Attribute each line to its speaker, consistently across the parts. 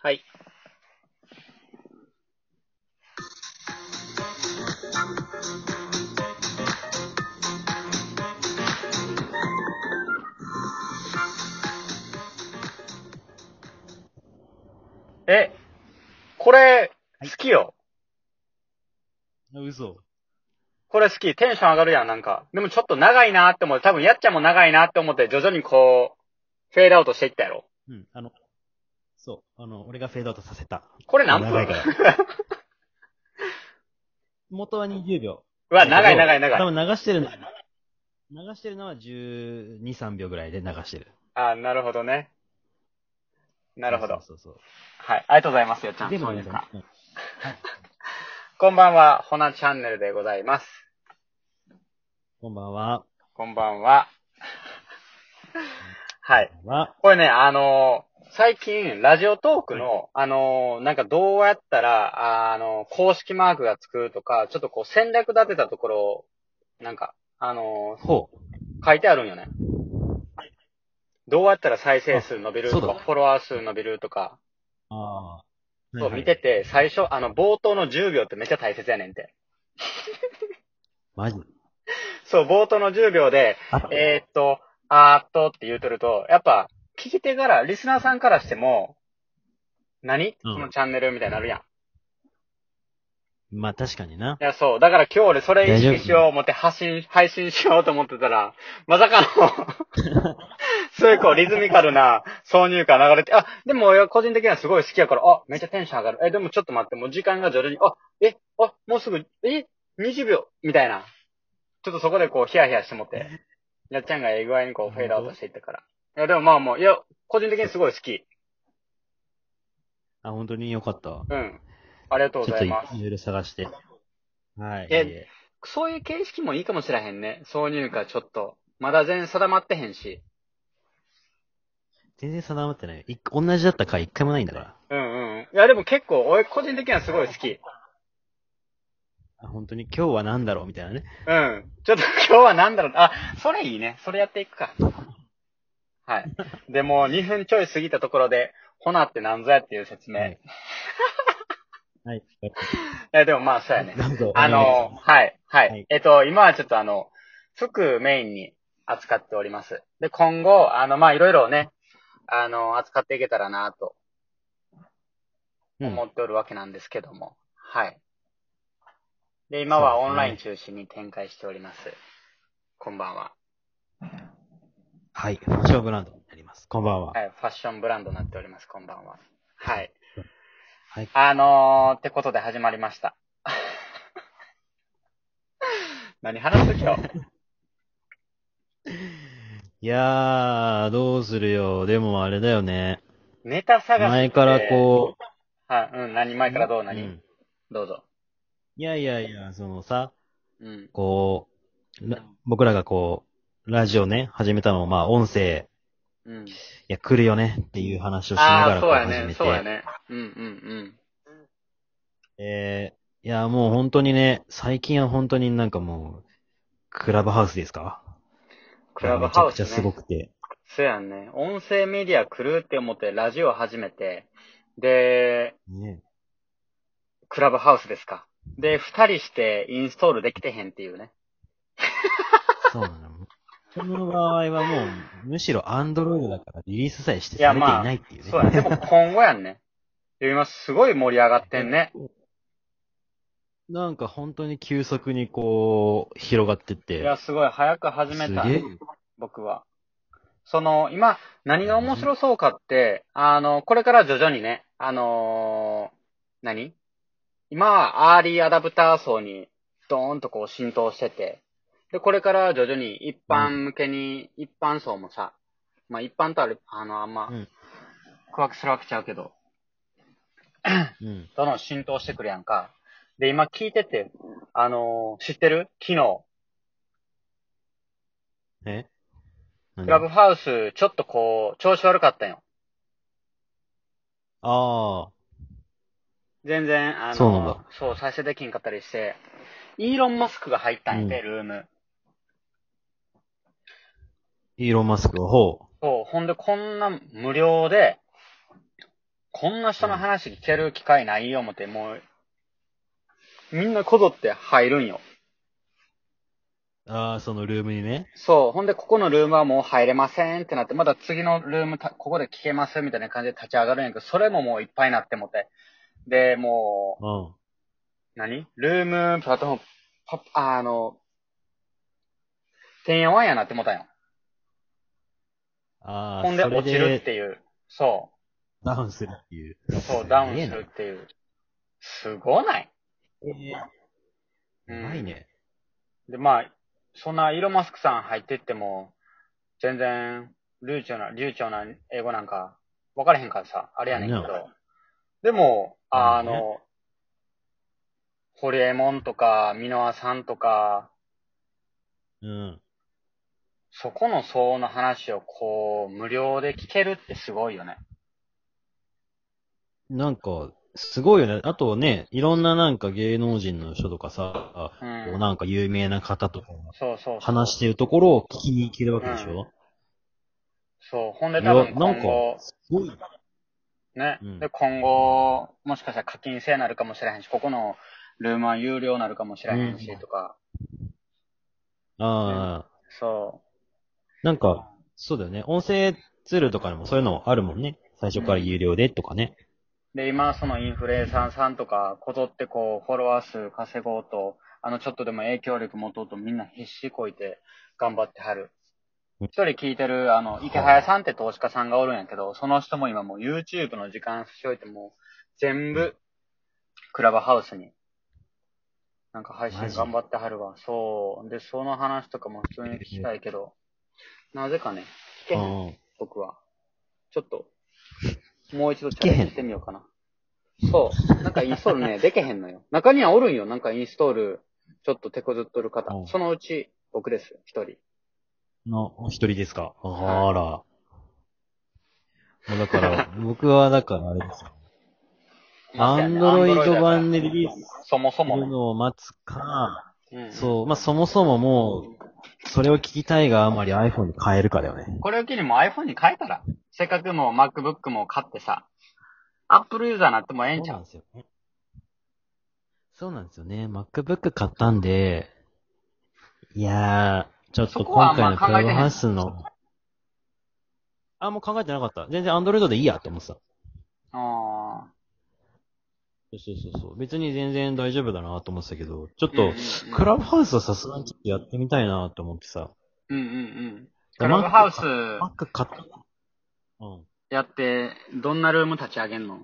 Speaker 1: はい。え、これ、
Speaker 2: は
Speaker 1: 好
Speaker 2: い
Speaker 1: きよ。
Speaker 2: 嘘。
Speaker 1: これ好き。テンション上がるやん、なんか。でもちょっと長いなって思って、多分やっちゃんも長いなって思って、徐々にこう、フェードアウトしていったやろ。
Speaker 2: うん、あの、そう、あの、俺がフェードアウトさせた。
Speaker 1: これ何
Speaker 2: 長い
Speaker 1: 分
Speaker 2: から。元は20秒。
Speaker 1: うわ、長い長い長
Speaker 2: 多
Speaker 1: い。
Speaker 2: 分流してるの、流してるのは12、3秒ぐらいで流してる。
Speaker 1: あなるほどね。なるほど。
Speaker 2: そうそうそう
Speaker 1: はい。ありがとうございます、よっち
Speaker 2: そ
Speaker 1: ゃん。
Speaker 2: う。でも
Speaker 1: そう
Speaker 2: ね、
Speaker 1: ですか。
Speaker 2: うん
Speaker 1: こんばんは、ほなチャンネルでございます。
Speaker 2: こんばんは。
Speaker 1: こんばんは。 はい。
Speaker 2: こんばんは。
Speaker 1: これね、あのー最近、ラジオトークの、あのーなんかどうやったら、あーあのー公式マークがつくとか、ちょっとこう戦略立てたところ、なんか、あのー
Speaker 2: ほ
Speaker 1: 書いてあるんよね。どうやったら再生数伸びると
Speaker 2: あ
Speaker 1: か
Speaker 2: そう、だ
Speaker 1: フォロワー数伸びるとか、
Speaker 2: う。ああ。
Speaker 1: そう
Speaker 2: はいはい
Speaker 1: 見て。て、最初、あの、冒頭の10秒ってめっちゃ大切やねんて。
Speaker 2: マジ
Speaker 1: そう、冒頭の10秒で、
Speaker 2: あ
Speaker 1: えーっと、あーっとって言うとると、やっぱ、聞き手から、リスナーさんからしても、何こ
Speaker 2: うん
Speaker 1: のチャンネルみたいになるやん。い
Speaker 2: まあ確かにな。
Speaker 1: や、そう。だから今日俺それ意識しよう思って発信、配信しようと思ってたら、まさかの、 すごいこうリズミカルな挿入歌流れて、あ、でも俺個人的にはすごい好きやから、あ、めっちゃテンション上がる。え、でもちょっと待って、もう時間が徐々に、あ、え、あ、もうすぐ、え、20秒みたいな。ちょっとそこでこうヒヤヒヤしてもって。やっちゃんがええ具合にこうフェードアウトしていったから。いや、でもまあもう、いや、個人的にすごい好き。
Speaker 2: あ、本当によかったわ。
Speaker 1: うん。ありがとう
Speaker 2: ち
Speaker 1: ござ
Speaker 2: ょっと
Speaker 1: い
Speaker 2: い
Speaker 1: ます。
Speaker 2: ろいろ探して。はい。
Speaker 1: え
Speaker 2: いえいえ
Speaker 1: そういう形式もいいかもしれへんね。挿入歌ちょっと。まだ全然定まってへんし。
Speaker 2: 全然定まってない。一同じだった回一回もないんだか
Speaker 1: う
Speaker 2: ら。
Speaker 1: んうんうん。いや、でも結構、俺個人的にはすごい好き。
Speaker 2: あ、本当に今日は何だろうみたいなね。
Speaker 1: うん。ちょっと今日はなんだろう。あ、それいいね。それやっていくか。はい。でも、2分ちょい過ぎたところで、ホナってなんぞやっていう説明。
Speaker 2: はいい。 はい。
Speaker 1: や、でもまあ、そうやね。
Speaker 2: どうぞ
Speaker 1: あの、、はい、はい、
Speaker 2: はい
Speaker 1: えっと、今はちょっとあの、服メインに扱っております。で、今後、あの、まあ、いろいろね、あの、扱っていけたらなと
Speaker 2: う
Speaker 1: 思
Speaker 2: ん、
Speaker 1: っておるわけなんですけども。はい。で、今は
Speaker 2: そうです
Speaker 1: オ
Speaker 2: ね
Speaker 1: ンライン中心に展開しております。こんばんは。
Speaker 2: はい。ファッションブランドになります。こんばんは。
Speaker 1: はい、ファッションブランドになっております。こんばんは。はい。
Speaker 2: はい
Speaker 1: あのー、ってことで始まりました。 何話す今日。
Speaker 2: いやー、どうするよ。でもあれだよね。
Speaker 1: ネタ探しって。
Speaker 2: 前からこう。
Speaker 1: はい、うん、何前からどう何、
Speaker 2: ん
Speaker 1: どうぞ。
Speaker 2: いやいやいや、そのさ、
Speaker 1: うん。
Speaker 2: こう、ら僕らがこう、ラジオね、始めたのも、まあ、音声、
Speaker 1: うん。
Speaker 2: いや、来るよねっていう話をしな
Speaker 1: あ
Speaker 2: が
Speaker 1: あ、そ
Speaker 2: らこ
Speaker 1: う
Speaker 2: う
Speaker 1: や
Speaker 2: 始め
Speaker 1: ね、
Speaker 2: て。
Speaker 1: そうやね。うんうん
Speaker 2: えー、いや、もう本当にね、最近は本当になんかもう、クラブハウスですか
Speaker 1: うん。クラブハウ
Speaker 2: めち
Speaker 1: ス、
Speaker 2: ゃくちゃすご
Speaker 1: ね。
Speaker 2: くて。
Speaker 1: そうやんね。音声メディア来るって思ってラジオ始めて、で、
Speaker 2: ね。
Speaker 1: クラブハウスですか。で、二人してインストールできてへんっていうね。
Speaker 2: そうなの。この場合はもう、むしろアンドロイドだからリリースさえして
Speaker 1: いや
Speaker 2: されていないっていうね。
Speaker 1: そうやね。でも今後やんね。いや今すごい盛り上がってんね。
Speaker 2: なんか本当に急速にこう、広がってっ
Speaker 1: い
Speaker 2: て。
Speaker 1: や、すごい早く始めた。
Speaker 2: すげえ。
Speaker 1: 僕は。その、今、何が面白そうかって、あの、これから徐々にね、あのー何今はアーリーアダプター層にドーンとこう浸透してて、で、これから徐々に一般向けに、一般層もさ、まあ一般とある、あの、あんま
Speaker 2: うん、
Speaker 1: 区分けするわけちゃうけど、
Speaker 2: うん。
Speaker 1: どんどん浸透してくるやんか。で、今聞いてて、あのー知ってる昨日、
Speaker 2: え何
Speaker 1: クラブハウス、ちょっとこう、調子悪かったんよ。
Speaker 2: ああ。
Speaker 1: 全然、あの、
Speaker 2: そうなんだ
Speaker 1: そう再生できんかったりして、イーロン・マスクが入ったんやて、ルーム。
Speaker 2: イーロンマスク、ほ
Speaker 1: そう、ほんでこんな無料で、こんな人の話聞ける機会ないよ、思って、もう、みんなこぞって入るんよ。
Speaker 2: ああ、そのルームにね。
Speaker 1: そう。ほんで、ここのルームはもう入れませんってなって、また次のルームた、ここで聞けますみたいな感じで立ち上がるんやけど、それももういっぱいになってもて。で、もう、
Speaker 2: うん。
Speaker 1: 何ルーム、プラットフォーム、パああの、てんやわんやなって思ったんよ。
Speaker 2: ああ、
Speaker 1: ほんで
Speaker 2: それ
Speaker 1: 落ちるっていう。そ
Speaker 2: ダウンするっていう。
Speaker 1: う。そう、ダウンするっていう。すごない
Speaker 2: すげえな。
Speaker 1: う
Speaker 2: え
Speaker 1: ん
Speaker 2: ーうまいね。
Speaker 1: で、まあ、そんなイーロンマスクさん入ってっても、全然、流暢な、流暢な英語なんか、分からへんからさ、あれやねんけど
Speaker 2: ね。
Speaker 1: でも、あ
Speaker 2: ね
Speaker 1: の、ホリエモンとか、ミノアさんとか、
Speaker 2: うん。
Speaker 1: そこの層の話をこう、無料で聞けるってすごいよね。
Speaker 2: なんか、すごいよね。あとね、いろんななんか芸能人の人とかさ、
Speaker 1: う。
Speaker 2: こうんなんか有名な方とかが
Speaker 1: そうそうそう。
Speaker 2: 話してるところを聞きに行けるわけでしょ、
Speaker 1: そう。ほんで
Speaker 2: いや
Speaker 1: 多分
Speaker 2: なん
Speaker 1: 今
Speaker 2: か
Speaker 1: 後、
Speaker 2: すごい。
Speaker 1: ね、
Speaker 2: うん
Speaker 1: で、今後、もしかしたら課金制になるかもしれへんし、ここのルームは有料になるかもしれへんし、
Speaker 2: うん
Speaker 1: とか。
Speaker 2: ああ、
Speaker 1: そ
Speaker 2: なん
Speaker 1: う。
Speaker 2: か、そうだよね。音声ツールとかでもそういうのあるもんね。最初から有料でとかね。
Speaker 1: で、今、そのインフルエンサーさんとか、こぞってこう、フォロワー数稼ごうと、あの、ちょっとでも影響力持とうと、みんな必死こいて頑張ってはる。
Speaker 2: うん
Speaker 1: 一人聞いてる、あの、池早さんって投資家さんがおるんやけど、その人も今もう YouTube の時間しといても、全部、クラブハウスに、なんか配信
Speaker 2: マジ
Speaker 1: 頑張ってはるわ。そう。で、その話とかも普通に聞きたいけど、なぜかね、聞けへん、
Speaker 2: うん。
Speaker 1: 僕は。ちょっと、もう一度チャレンジしてみようかな。そう。なんかインストール ね、でけへんのよ。中にはおるんよ。なんかインストール、ちょっと手こずっとる方
Speaker 2: う。ん
Speaker 1: そのうち、僕です。一人。
Speaker 2: の、お一人ですか。あ
Speaker 1: はい
Speaker 2: ら。もう だから、僕はだからあれですよ。アンドロイド版でリリース
Speaker 1: そもそ
Speaker 2: す
Speaker 1: も
Speaker 2: る
Speaker 1: ね。
Speaker 2: のを待つか、
Speaker 1: うん
Speaker 2: そう、まあそもそももう、それを聞きたいがあまり iPhone に変えるかだよね。
Speaker 1: これを機にもう iPhone に変えたら。せっかくもう MacBook も買ってさ、Apple ユーザーになってもええんちゃう
Speaker 2: そうなんですよね。そうなんですよね。MacBook 買ったんで、いやー、ちょっ
Speaker 1: そ
Speaker 2: と
Speaker 1: こは
Speaker 2: 今
Speaker 1: まあ
Speaker 2: 回のク
Speaker 1: 考え
Speaker 2: ラ
Speaker 1: て
Speaker 2: ブ
Speaker 1: ない
Speaker 2: ハウスの、あ、もう考えてなかった。全然 Android でいいやって思ってた。
Speaker 1: あ
Speaker 2: そうそうそう。別に全然大丈夫だなと思ってたけど、ちょっ
Speaker 1: ーうんうん
Speaker 2: と、クラブハウスはさすがにちょっとやってみたいなと思ってさ。
Speaker 1: うんうんうん。クラブハウス
Speaker 2: Mac 買った。うん。
Speaker 1: やって、どんなルーム立ち上げんの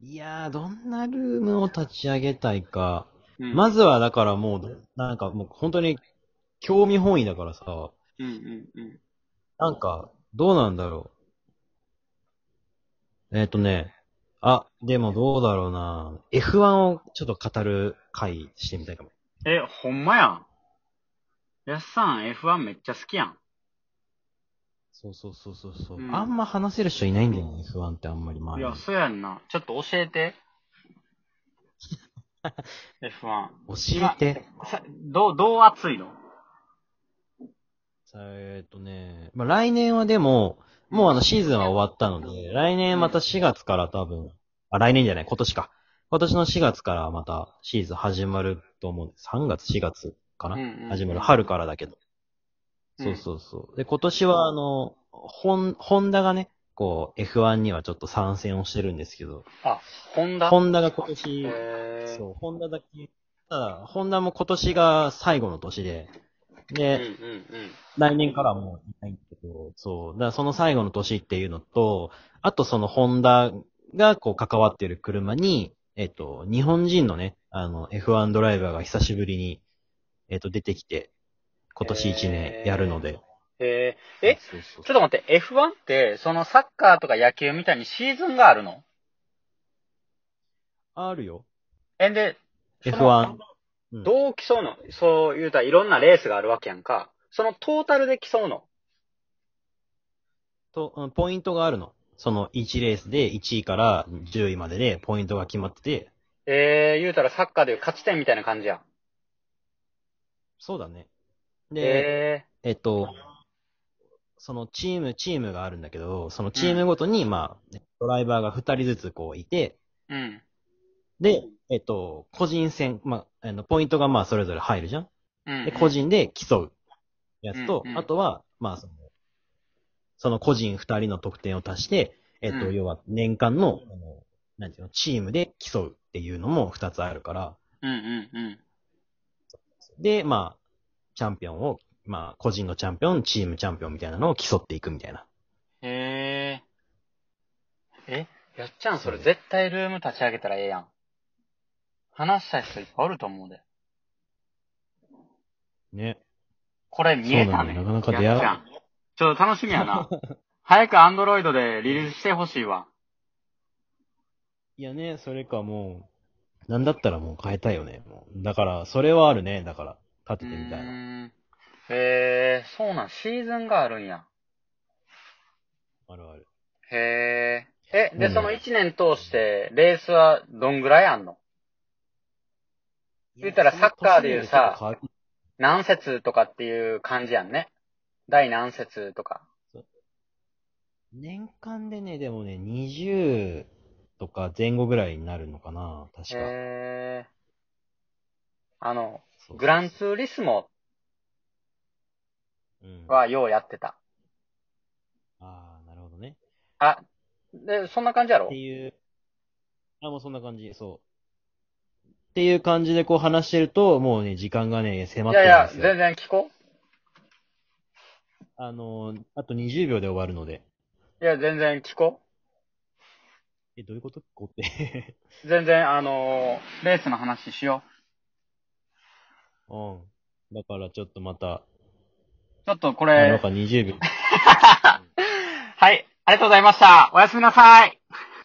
Speaker 2: いやー、どんなルームを立ち上げたいか。
Speaker 1: うん
Speaker 2: まずはだからもう、なんかもう本当に興味本位だからさ、
Speaker 1: うんうんうん。
Speaker 2: なんか、どうなんだろう。えっ、とね、あ、でもどうだろうな F1 をちょっと語る回してみたいかも。
Speaker 1: え、ほんまやん。やっさん F1 めっちゃ好きやん。
Speaker 2: そうそうそうそうそう、
Speaker 1: うん
Speaker 2: あんま話せる人いないんだよね、F1 ってあんまり周
Speaker 1: い
Speaker 2: りに
Speaker 1: や、そうやんな。ちょっと教え て。F1。
Speaker 2: 教えて。
Speaker 1: さどう、どう熱いの
Speaker 2: さえっ、とね、まあ、来年はでも、もうあのシーズンは終わったので、来年また4月から多分、あ、来年じゃない、今年か。今年の4月からまたシーズン始まると思うんです。3月、4月かな、
Speaker 1: うんうん
Speaker 2: 始まる。春からだけど。
Speaker 1: うん
Speaker 2: そうそうそう。で、今年はあの、ホン、ホンダがね、こう、F1 にはちょっと参戦をしてるんですけど、
Speaker 1: あ、ホンダ
Speaker 2: ホンダが今年、
Speaker 1: へー
Speaker 2: そう、ホンダだけ、ただ、ホンダも今年が最後の年で、
Speaker 1: う
Speaker 2: で、
Speaker 1: んうん
Speaker 2: 来年からはもういないけど、そう。だからその最後の年っていうのと、あとそのホンダがこう関わっている車に、えっと、日本人のね、あの、F1 ドライバーが久しぶりに、えっと、出てきて、今年1
Speaker 1: へ
Speaker 2: 年
Speaker 1: ー
Speaker 2: やるので。
Speaker 1: うん。へーえ、
Speaker 2: そうそう
Speaker 1: ちょっと待って、F1 って、そのサッカーとか野球みたいにシーズンがあるの
Speaker 2: あるよ。
Speaker 1: え、で、その
Speaker 2: F1。うん
Speaker 1: どう競うのそう言うたらいろんなレースがあるわけやんか。そのトータルで競うの
Speaker 2: と、うんポイントがあるの。その1レースで1位から10位まででポイントが決まってて、
Speaker 1: えー、言うたらサッカーでいう勝ち点みたいな感じや。
Speaker 2: そうだね。で、
Speaker 1: え
Speaker 2: えっと、そのチーム、チームがあるんだけど、そのチームごとに、まあ、ドライバーが二人ずつこういて、
Speaker 1: うん。
Speaker 2: で、えっと、個人戦、まあ、あの、ポイントがまあそれぞれ入るじゃん
Speaker 1: うん。
Speaker 2: で、個人で競うやつと
Speaker 1: うんう、ん
Speaker 2: あとは、まあその、その個人二人の得点を足して、えっと、
Speaker 1: うん
Speaker 2: 要は年間の、あのなんていうの、チームで競うっていうのも二つあるから、
Speaker 1: うんうんうん。
Speaker 2: で、まあ、チャンピオンを、まあ、個人のチャンピオン、チームチャンピオンみたいなのを競っていくみたいな。
Speaker 1: へえ。え、やっちゃんそれ絶対ルーム立ち上げたらええやん。話したい人いっぱいおると思うで。
Speaker 2: ね。
Speaker 1: これ見えた
Speaker 2: そうな
Speaker 1: ね。
Speaker 2: んだよなかなか出会
Speaker 1: や
Speaker 2: う
Speaker 1: っちゃん。ちょっと楽しみやな。 早くアンドロイドでリリースしてほしいわ。
Speaker 2: いやね、それかもう、なんだったらもう変えたいよね。もうだから、それはあるね。だから、
Speaker 1: う
Speaker 2: 立ててみたいな。
Speaker 1: ーん。へえ、そうなん、シーズンがあるんや。
Speaker 2: あるある。
Speaker 1: へえ。え、で、
Speaker 2: うん
Speaker 1: その1年通して、レースはどんぐらいあんの言うたらサッカーでいうさ
Speaker 2: その年によって変わる
Speaker 1: 何節とかっていう感じやんね。第何節とか。
Speaker 2: 年間でね、でもね、20とか前後ぐらいになるのかな。確か。
Speaker 1: へえ。あの、
Speaker 2: そう
Speaker 1: グランツーリスモ
Speaker 2: うん。あ
Speaker 1: はようやってた。
Speaker 2: あー、なるほどね。
Speaker 1: あ、で、そんな感じや
Speaker 2: っ
Speaker 1: ろ
Speaker 2: ていう、あ、もうそんな感じ、そう。っていう感じでこう話してると、もうね、時間がね、迫っ
Speaker 1: いや
Speaker 2: て
Speaker 1: い
Speaker 2: るん
Speaker 1: や、
Speaker 2: ですよ。
Speaker 1: 全然聞こ
Speaker 2: あの、あと20秒で終わるので。
Speaker 1: ういや、全然聞こ
Speaker 2: え、どういうことこうって。
Speaker 1: う全然、あのーレースの話しよ
Speaker 2: うん。だからちょっとまた、
Speaker 1: う。ちょっとこ
Speaker 2: なん
Speaker 1: れ
Speaker 2: か、20秒。
Speaker 1: はい、ありがとうございました。おやすみなさい。